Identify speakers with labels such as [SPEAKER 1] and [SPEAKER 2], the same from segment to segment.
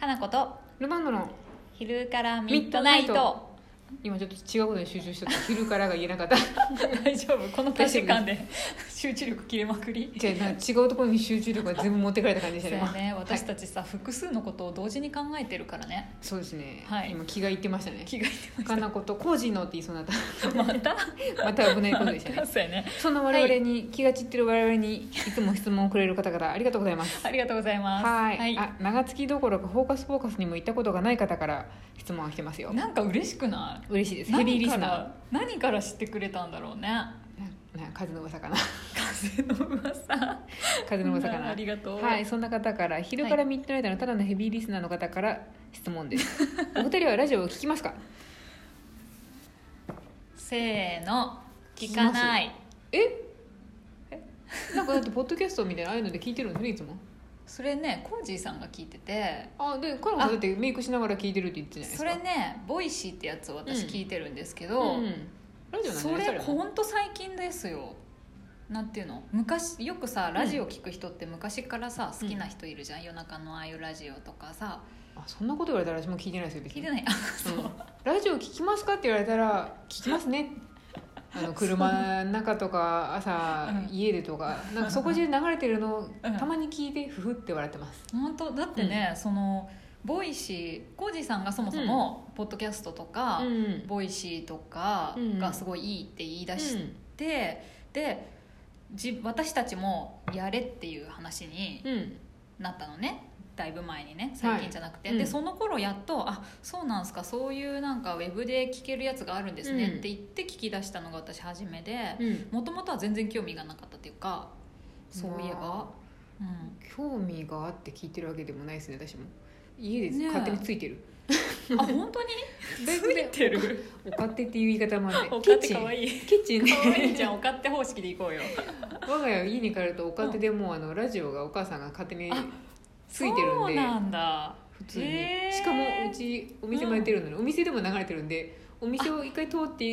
[SPEAKER 1] 花子と
[SPEAKER 2] ルマンドの
[SPEAKER 1] 昼からミッドナイ
[SPEAKER 2] ミッド
[SPEAKER 1] ト
[SPEAKER 2] 今ちょっと違うことに集中してた昼からが言えなかった
[SPEAKER 1] 大丈夫この短時 間で集中力切れまくり
[SPEAKER 2] じゃあなんか違うところに集中力が全部持ってかれた感じでし
[SPEAKER 1] そう
[SPEAKER 2] たね
[SPEAKER 1] やね
[SPEAKER 2] 今
[SPEAKER 1] 私
[SPEAKER 2] はい
[SPEAKER 1] たちさ、複数のことを同時に考えてるからね
[SPEAKER 2] そうですね、
[SPEAKER 1] はい
[SPEAKER 2] 今気がいってましたね
[SPEAKER 1] 着替
[SPEAKER 2] かなこと工事のって言いそうになっ
[SPEAKER 1] えてま た
[SPEAKER 2] たまた危ないことでしたね
[SPEAKER 1] そうやね
[SPEAKER 2] そんな我々に、気が散ってる我々にいつも質問をくれる方々ありがとうございます
[SPEAKER 1] ありがとうございます
[SPEAKER 2] はいあ長月どころかフォーカスフォーカスにも行ったことがない方から質問が来てますよ
[SPEAKER 1] なんか嬉しくない
[SPEAKER 2] 嬉しいですヘビーリスナ
[SPEAKER 1] 何
[SPEAKER 2] ー
[SPEAKER 1] から何から知ってくれたんだろうね
[SPEAKER 2] なな風の噂かな
[SPEAKER 1] 風の噂
[SPEAKER 2] 風の噂か
[SPEAKER 1] あ
[SPEAKER 2] な
[SPEAKER 1] りがとう
[SPEAKER 2] はい、そんな方から昼からミッドナイトのただのヘビーリスナーの方から質 問です。お二人はラジオを聞きますか？
[SPEAKER 1] せーの聞かない
[SPEAKER 2] え？なんかだってポッドキャストみたいなああいうので聞いてるんですねいつも。
[SPEAKER 1] それねコージーさんが聞いてて
[SPEAKER 2] あ、でカナさんだってメイクしながら聞いてるって言ってたじゃ
[SPEAKER 1] そ
[SPEAKER 2] な
[SPEAKER 1] れ
[SPEAKER 2] いですか。
[SPEAKER 1] ねボイシーってやつを私聞いてるんですけど、
[SPEAKER 2] うんうん、ラジオなんじゃ
[SPEAKER 1] そ
[SPEAKER 2] ない
[SPEAKER 1] れ
[SPEAKER 2] それ
[SPEAKER 1] ほんと最近ですよなんていうの昔よくさラジオ聞く人って昔からさ、好きな人いるじゃん夜中のああいうラジオとかさ
[SPEAKER 2] あそんなこと言われたら私も聞いてないですよ別
[SPEAKER 1] 聞い
[SPEAKER 2] に
[SPEAKER 1] て。ない あそう、
[SPEAKER 2] うんラジオ聞きますかって言われたら聞きますね。あの車の中とか朝
[SPEAKER 1] うん
[SPEAKER 2] 家でとかなんかそこ中流れてるのを
[SPEAKER 1] うん
[SPEAKER 2] たまに聞いてふふって笑ってます。
[SPEAKER 1] 本当だってね、そのボイシー浩二さんがそもそも、ポッドキャストとか、
[SPEAKER 2] ん
[SPEAKER 1] ボイシーとかがすごいいいって言い出して、でじ私たちもやれっていう話に
[SPEAKER 2] うんうん
[SPEAKER 1] なったのねだいぶ前にね最近じゃなくて、
[SPEAKER 2] はいうん
[SPEAKER 1] でその頃やっと「あそうなんすかそういうなんかウェブで聞けるやつがあるんですね」
[SPEAKER 2] うん
[SPEAKER 1] って言って聞き出したのが私初めで
[SPEAKER 2] うん、
[SPEAKER 1] もともとは全然興味がなかったっていうかそういえば、うん、
[SPEAKER 2] 興味があって聞いてるわけでもないですね私も家
[SPEAKER 1] ね
[SPEAKER 2] で
[SPEAKER 1] え
[SPEAKER 2] 勝手についてる、
[SPEAKER 1] あ本 当に
[SPEAKER 2] だいぶね
[SPEAKER 1] てる
[SPEAKER 2] お勝手っていう言い方もあって
[SPEAKER 1] お
[SPEAKER 2] キ
[SPEAKER 1] かっ
[SPEAKER 2] ッ
[SPEAKER 1] て
[SPEAKER 2] チン
[SPEAKER 1] かわいい
[SPEAKER 2] キッチンで
[SPEAKER 1] かわいいじゃんおかって方式でいこうよ
[SPEAKER 2] 我が家を家に帰るとお勝手でもうあのラジオがお母さんが勝手についてるん
[SPEAKER 1] そう
[SPEAKER 2] で
[SPEAKER 1] なんだ
[SPEAKER 2] 普通に
[SPEAKER 1] へえ
[SPEAKER 2] しかもうちお店もやってるのに、お店でも流れてるんでお店を一回通って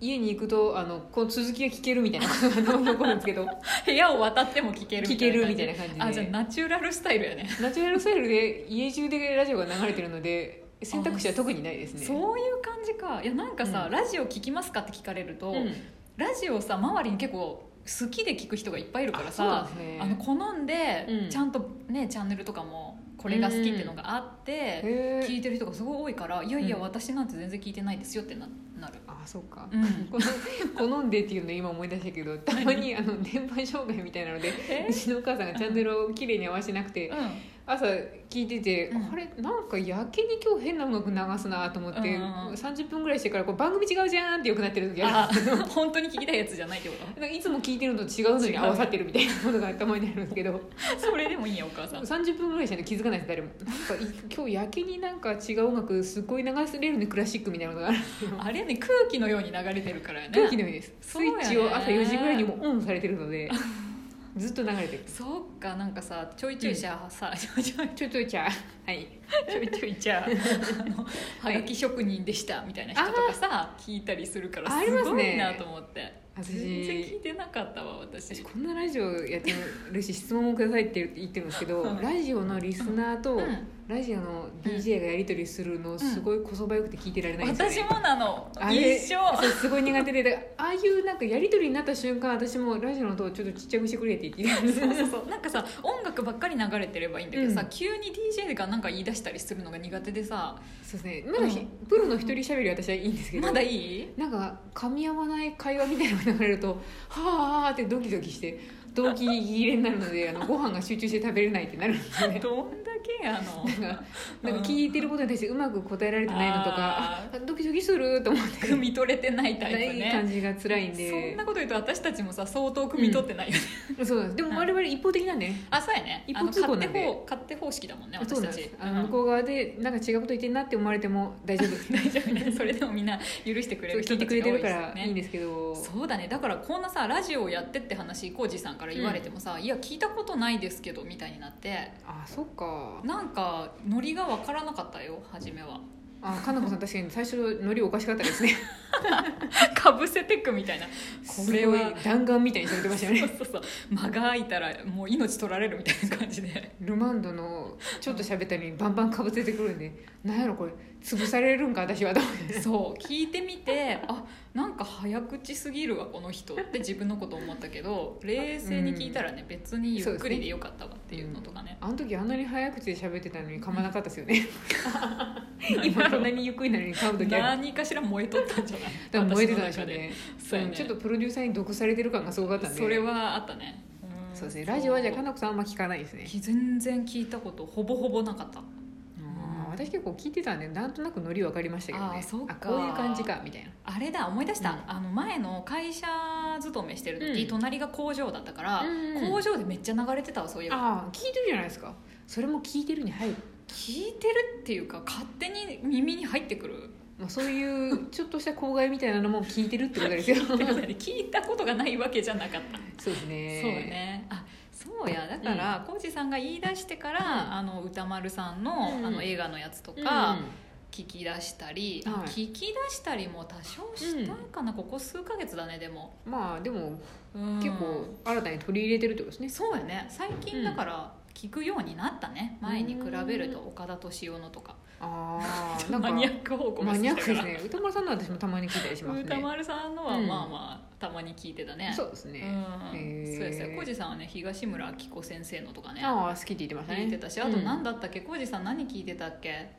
[SPEAKER 2] 家に行くとあのこの続きが聞けるみたい なことが残るんですけど
[SPEAKER 1] 部屋を渡っても聞ける
[SPEAKER 2] 聞けるみたいな感じで
[SPEAKER 1] あじゃあナチュラルスタイルやね
[SPEAKER 2] ナチュラルスタイルで家中でラジオが流れてるので選択肢は特にないですね
[SPEAKER 1] そういう感じかいやなんかさ、
[SPEAKER 2] うん
[SPEAKER 1] ラジオ聞きますかって聞かれると、
[SPEAKER 2] うん
[SPEAKER 1] ラジオさ周りに結構好きで聞く人がいっぱいいるから
[SPEAKER 2] そうなん
[SPEAKER 1] さ
[SPEAKER 2] ですね
[SPEAKER 1] あの好んで、
[SPEAKER 2] うん
[SPEAKER 1] ちゃんとねチャンネルとかもこれが好きっていうのがあって、
[SPEAKER 2] へー
[SPEAKER 1] 聞いてる人がすごい多いからいやいや、
[SPEAKER 2] うん
[SPEAKER 1] 私なんて全然聞いてないですよってななる
[SPEAKER 2] あそうか、
[SPEAKER 1] うん
[SPEAKER 2] この好んでっていうの今思い出したけどたまにあの電波障害みたいなので
[SPEAKER 1] え
[SPEAKER 2] うちのお母さんがチャンネルをきれいに合わせてなくて朝聞いてて、
[SPEAKER 1] うん
[SPEAKER 2] あれなんかやけに今日変な音楽流すなと思って、
[SPEAKER 1] うんうんうん
[SPEAKER 2] 30分ぐらいしてからこう番組違うじゃんってよくなってる時
[SPEAKER 1] うん、
[SPEAKER 2] あ
[SPEAKER 1] あ本当に聞きたいやつじゃないってこ
[SPEAKER 2] るなんかいつも聞いてるのと違うのに合わさってるみたいなものがたまにあるんですけど
[SPEAKER 1] と それでもいいやお母さん
[SPEAKER 2] 30分ぐらいして気づかないです誰もなんかい今日やけになんか違う音楽すごい流せれるねクラシックみたいなのがある
[SPEAKER 1] あれね空気のように流れてるからね
[SPEAKER 2] 空気のいいです、ス
[SPEAKER 1] そう
[SPEAKER 2] イ
[SPEAKER 1] やね
[SPEAKER 2] ッチを朝4時ぐらいにもうオンされてるので ずっと流れてる
[SPEAKER 1] そうかなんかさちょいちょいしゃ、さちょいちょい
[SPEAKER 2] ちょいちょいちゃはい
[SPEAKER 1] ちょいちょいじ ゃああのはがき職人でしたみたいな人とかさ聞いたりするから
[SPEAKER 2] あ
[SPEAKER 1] す
[SPEAKER 2] ります
[SPEAKER 1] ごい
[SPEAKER 2] ね
[SPEAKER 1] なと思って
[SPEAKER 2] 私
[SPEAKER 1] 全然聞いてなかったわ私
[SPEAKER 2] 私こんなラジオやってるし質問もくださいって言ってるんですけ ど、
[SPEAKER 1] うん
[SPEAKER 2] ラジオのリスナーと、
[SPEAKER 1] うん
[SPEAKER 2] ラジオの DJ がやり取りするのすごいこそばよくて聞いてられないんですよ、ね
[SPEAKER 1] 私もなの
[SPEAKER 2] あれ
[SPEAKER 1] 一緒
[SPEAKER 2] そうすごい苦手でだからああいうなんかやり取りになった瞬間私もラジオの音をちょっとちっちゃくしてくれって言ってる
[SPEAKER 1] そうそうそうなんかさ音楽ばっかり流れてればいいんだけどさ、
[SPEAKER 2] うん
[SPEAKER 1] 急に DJ がなんか言い出したりするのが苦手でさ
[SPEAKER 2] そうですねまだひ、
[SPEAKER 1] うん
[SPEAKER 2] プロの一人喋りは私はいいんですけど
[SPEAKER 1] まだいい
[SPEAKER 2] なんか噛み合わない会話みたいなのが流れると「はあ」ってドキドキして動機切れになるのであのご飯が集中して食べれないってなるんですよね。
[SPEAKER 1] どんだけやの
[SPEAKER 2] なんかなんか聞いてることに対してうまく答えられてないのとか
[SPEAKER 1] あ
[SPEAKER 2] あドキドキすると思って
[SPEAKER 1] 汲み取れてないタ
[SPEAKER 2] な
[SPEAKER 1] イプ
[SPEAKER 2] い感
[SPEAKER 1] ね
[SPEAKER 2] じが辛いん
[SPEAKER 1] そん
[SPEAKER 2] で
[SPEAKER 1] なこと言うと私たちもさ相当汲み取ってないよね、
[SPEAKER 2] そうなんですでも我々一方的なんでね
[SPEAKER 1] あそうやね
[SPEAKER 2] 一
[SPEAKER 1] あの
[SPEAKER 2] 方通行なん
[SPEAKER 1] 勝手
[SPEAKER 2] で
[SPEAKER 1] 方勝手方式だもんね
[SPEAKER 2] そう
[SPEAKER 1] 私
[SPEAKER 2] な
[SPEAKER 1] た
[SPEAKER 2] ん
[SPEAKER 1] ち
[SPEAKER 2] ですあの向こう側でなんか違うこと言ってんなって思われても 大丈夫
[SPEAKER 1] 大丈夫ねそれでもみんな許してくれ
[SPEAKER 2] そう
[SPEAKER 1] る
[SPEAKER 2] 聞
[SPEAKER 1] 人
[SPEAKER 2] い
[SPEAKER 1] た
[SPEAKER 2] て
[SPEAKER 1] ちが
[SPEAKER 2] く
[SPEAKER 1] 多いで
[SPEAKER 2] れてる
[SPEAKER 1] す
[SPEAKER 2] か
[SPEAKER 1] よ
[SPEAKER 2] らいいん
[SPEAKER 1] ね
[SPEAKER 2] ですけど
[SPEAKER 1] そうだねだからこんなさラジオをやってって話浩二さんから言われてもさ、いや聞いたことないですけどみたいになって
[SPEAKER 2] あそっか
[SPEAKER 1] なんかノリがわからなかったよ初めは
[SPEAKER 2] あかなこさん確かに最初のりおかしかったですね
[SPEAKER 1] かぶせてくみたいな これは
[SPEAKER 2] すごい弾丸みたいにされてましたよ
[SPEAKER 1] そう
[SPEAKER 2] ね
[SPEAKER 1] そうそう間が空いたらもう命取られるみたいな感じで
[SPEAKER 2] ルマンドのちょっと喋ったのにバンバンかぶせてくるんでなんやろこれ潰されるんか私はと思って
[SPEAKER 1] そう聞いてみてあなんか早口すぎるわこの人って自分のこと思ったけど冷静に聞いたらね、別にゆっくりでよかったわっていうのとかね
[SPEAKER 2] あの時あんなに早口で喋ってたのに噛まなかったです よね 今そんなにゆっくりなのに噛む時ある
[SPEAKER 1] 何かしら燃えとったんじゃない
[SPEAKER 2] だから燃えて たんでしょうね
[SPEAKER 1] 私の中でそうやね
[SPEAKER 2] んちょっとプロデューサーに毒されてる感がすごかったんで
[SPEAKER 1] それはあったねん
[SPEAKER 2] そうですねラジオはじゃあかなこさんあんま聞かないですね
[SPEAKER 1] き全然聞いたことほぼほぼなかった
[SPEAKER 2] あー私結構聞いてたんでなんとなくノリ分かりましたけどね
[SPEAKER 1] あーそうか
[SPEAKER 2] こういう感じかみたいな
[SPEAKER 1] あれだ思い出した、
[SPEAKER 2] うん
[SPEAKER 1] あの前の会社勤めしてる時、
[SPEAKER 2] うん
[SPEAKER 1] 隣が工場だったから、
[SPEAKER 2] うん
[SPEAKER 1] 工場でめっちゃ流れてたわそういえば
[SPEAKER 2] ああ聞いてるじゃないですかそれも聞いてるに入る、
[SPEAKER 1] 聞いてるっていうか勝手に耳に入ってくる
[SPEAKER 2] まあ、そういうちょっとした公害みたいなのも聞いてるってことです よ
[SPEAKER 1] ってことで聞いたことがないわけじゃなかった、
[SPEAKER 2] そうですね
[SPEAKER 1] そうねあそうやだから浩司、さんが言い出してから、
[SPEAKER 2] うん
[SPEAKER 1] あの歌丸さんの,、
[SPEAKER 2] うん
[SPEAKER 1] あの映画のやつと
[SPEAKER 2] うん
[SPEAKER 1] か、聞き出したり、
[SPEAKER 2] はい
[SPEAKER 1] 聞き出したりも多少したかな、ここ数ヶ月だねでも、
[SPEAKER 2] まあでも
[SPEAKER 1] うん
[SPEAKER 2] 結構新たに取り入れてるってことですね、
[SPEAKER 1] そうやね最近だから聞くようになったね、前に比べると岡田敏夫のとか
[SPEAKER 2] ああ
[SPEAKER 1] マニアック方向が
[SPEAKER 2] マ
[SPEAKER 1] 好き
[SPEAKER 2] ニア
[SPEAKER 1] だ
[SPEAKER 2] ック
[SPEAKER 1] か
[SPEAKER 2] で
[SPEAKER 1] ら
[SPEAKER 2] すね歌丸さんのは私もたまに聞いたりします
[SPEAKER 1] 歌
[SPEAKER 2] ね
[SPEAKER 1] 丸さんのは
[SPEAKER 2] うん
[SPEAKER 1] まあまあたまに聞いてたね
[SPEAKER 2] そうです
[SPEAKER 1] う
[SPEAKER 2] ね、
[SPEAKER 1] ん
[SPEAKER 2] へー
[SPEAKER 1] そうですよ浩司さんはね東村明子先生のとかね
[SPEAKER 2] ああ好きって言ってましたね
[SPEAKER 1] 聞いてたしあと何
[SPEAKER 2] だ、
[SPEAKER 1] だったっけ浩司さん何聞いてたっけ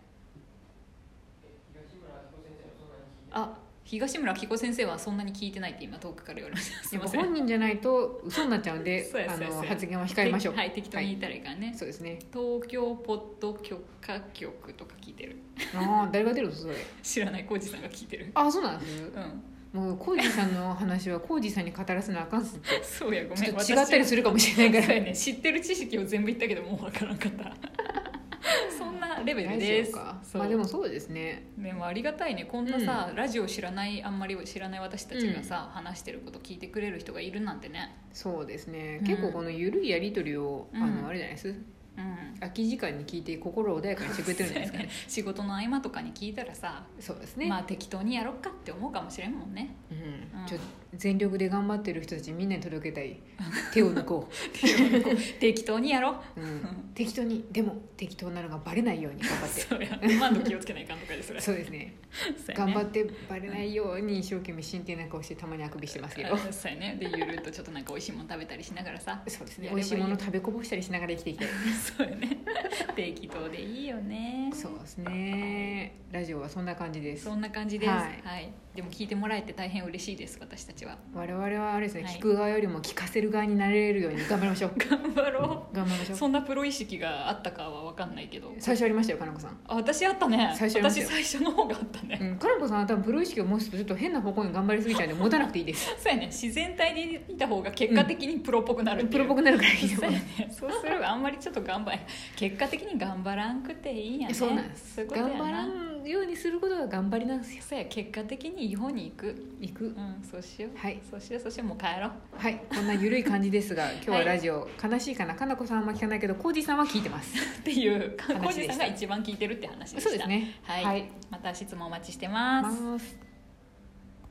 [SPEAKER 1] あ東村明子先生はそんなに聞いてないって今遠くから言われましたす
[SPEAKER 2] う
[SPEAKER 1] い
[SPEAKER 2] ん、や
[SPEAKER 1] ま
[SPEAKER 2] っ
[SPEAKER 1] せ
[SPEAKER 2] ぱ
[SPEAKER 1] ん
[SPEAKER 2] 本人じゃないと嘘になっちゃうん で
[SPEAKER 1] そうや
[SPEAKER 2] あ
[SPEAKER 1] そうやそう
[SPEAKER 2] の
[SPEAKER 1] や
[SPEAKER 2] 発言は控えましょう、
[SPEAKER 1] はい適当に言ったらいいからね、
[SPEAKER 2] そうですね
[SPEAKER 1] 東京ポッド許可局とか聞いてる
[SPEAKER 2] ああ誰が出るのそれ
[SPEAKER 1] 知らない浩司さんが聞いてる
[SPEAKER 2] ああそうなんです
[SPEAKER 1] うん
[SPEAKER 2] もうコージーさんの話はコージーさんに語らせなあかんっすって
[SPEAKER 1] そうやごめん
[SPEAKER 2] ちょっと違ったりするかもしれな
[SPEAKER 1] 私
[SPEAKER 2] いか
[SPEAKER 1] そう
[SPEAKER 2] ら
[SPEAKER 1] やね知ってる知識を全部言ったけどもうわからんかった そんなレベル
[SPEAKER 2] 大
[SPEAKER 1] で
[SPEAKER 2] 丈
[SPEAKER 1] す
[SPEAKER 2] 夫か
[SPEAKER 1] そう
[SPEAKER 2] まあでもそうですね
[SPEAKER 1] でもありがたいねこんなさ、ラジオ知らないあんまり知らない私たちがさ、話してること聞いてくれる人がいるなんてね
[SPEAKER 2] そうですね、
[SPEAKER 1] うん
[SPEAKER 2] 結構このゆるいやり取りを、あ
[SPEAKER 1] うん
[SPEAKER 2] のあれじゃないです
[SPEAKER 1] うん
[SPEAKER 2] 空き時間に聞いて心を穏やかにしてくれてるんじゃないですかね
[SPEAKER 1] 仕事の合間とかに聞いたらさ、
[SPEAKER 2] そうですね、
[SPEAKER 1] まあ適当にやろっかって思うかもしれんもん ね
[SPEAKER 2] うん
[SPEAKER 1] うん
[SPEAKER 2] ちょ全力で頑張ってる人たちみんなに届けたい手を抜こ
[SPEAKER 1] 適当にやろう
[SPEAKER 2] う、うん、適当にでも適当なのがバレないように頑 張って
[SPEAKER 1] そりゃルマンド気をつけないかんとかです
[SPEAKER 2] そうですね
[SPEAKER 1] 頑
[SPEAKER 2] 頑張
[SPEAKER 1] 張っ
[SPEAKER 2] っ
[SPEAKER 1] て
[SPEAKER 2] バレないように一生懸命真剣な顔してたまにあくびしてますけ
[SPEAKER 1] て
[SPEAKER 2] ど
[SPEAKER 1] そうやねでゆるっとちょっとなんか美味しいもの食べたりしながらさ
[SPEAKER 2] そうで
[SPEAKER 1] やれ
[SPEAKER 2] すね
[SPEAKER 1] ば
[SPEAKER 2] 美味しいもの食べこぼしたりしながら生きて いきたい
[SPEAKER 1] そうやね適当でいいよね
[SPEAKER 2] そうですねラジオはそんな感じです
[SPEAKER 1] そんな感じです、は
[SPEAKER 2] はいい
[SPEAKER 1] でも聞いてもらえて大変嬉しいです私たちは
[SPEAKER 2] 我々はあれですね、
[SPEAKER 1] はい
[SPEAKER 2] 聞く側よりも聞かせる側になれるように頑張りま しょう
[SPEAKER 1] 頑張ろ
[SPEAKER 2] 頑張りまし
[SPEAKER 1] う
[SPEAKER 2] ょう
[SPEAKER 1] そんなプロ意識があったかは分かんないけど
[SPEAKER 2] 最初ありましたよかなこさん
[SPEAKER 1] あ私あったね
[SPEAKER 2] 最初ありました
[SPEAKER 1] 私
[SPEAKER 2] よ
[SPEAKER 1] 最初の方があったね、
[SPEAKER 2] うん、かなこさんは多分プロ意識を持つとちょっと変な方向に頑張りすぎちゃうんで持たなくていいです
[SPEAKER 1] そうやね自然体でいた方が結果的にプロっぽくなるって
[SPEAKER 2] プ
[SPEAKER 1] いう
[SPEAKER 2] ロっぽくなるからいいよ
[SPEAKER 1] そうやねそうすればあんまりちょっと頑張れ結果的に頑張らんくていいんやね
[SPEAKER 2] そうなんです
[SPEAKER 1] そういうことや
[SPEAKER 2] 頑
[SPEAKER 1] な
[SPEAKER 2] 張らんようにすることが頑張りなんですよ
[SPEAKER 1] そうや結果的に日本に行く
[SPEAKER 2] 行く
[SPEAKER 1] うんそうしよう
[SPEAKER 2] はい
[SPEAKER 1] そうしようそうしようもう帰ろう
[SPEAKER 2] はいこんな緩い感じですが今日は
[SPEAKER 1] はい
[SPEAKER 2] ラジオ、悲しいかなかなこさんはあんま聞かないけどコージーさんは聞いてます
[SPEAKER 1] っていう
[SPEAKER 2] した
[SPEAKER 1] 浩司さんが一番聞いてるって話でした
[SPEAKER 2] そうですね
[SPEAKER 1] はい、
[SPEAKER 2] はい
[SPEAKER 1] また質問お待ちして
[SPEAKER 2] ま
[SPEAKER 1] ます
[SPEAKER 2] ーす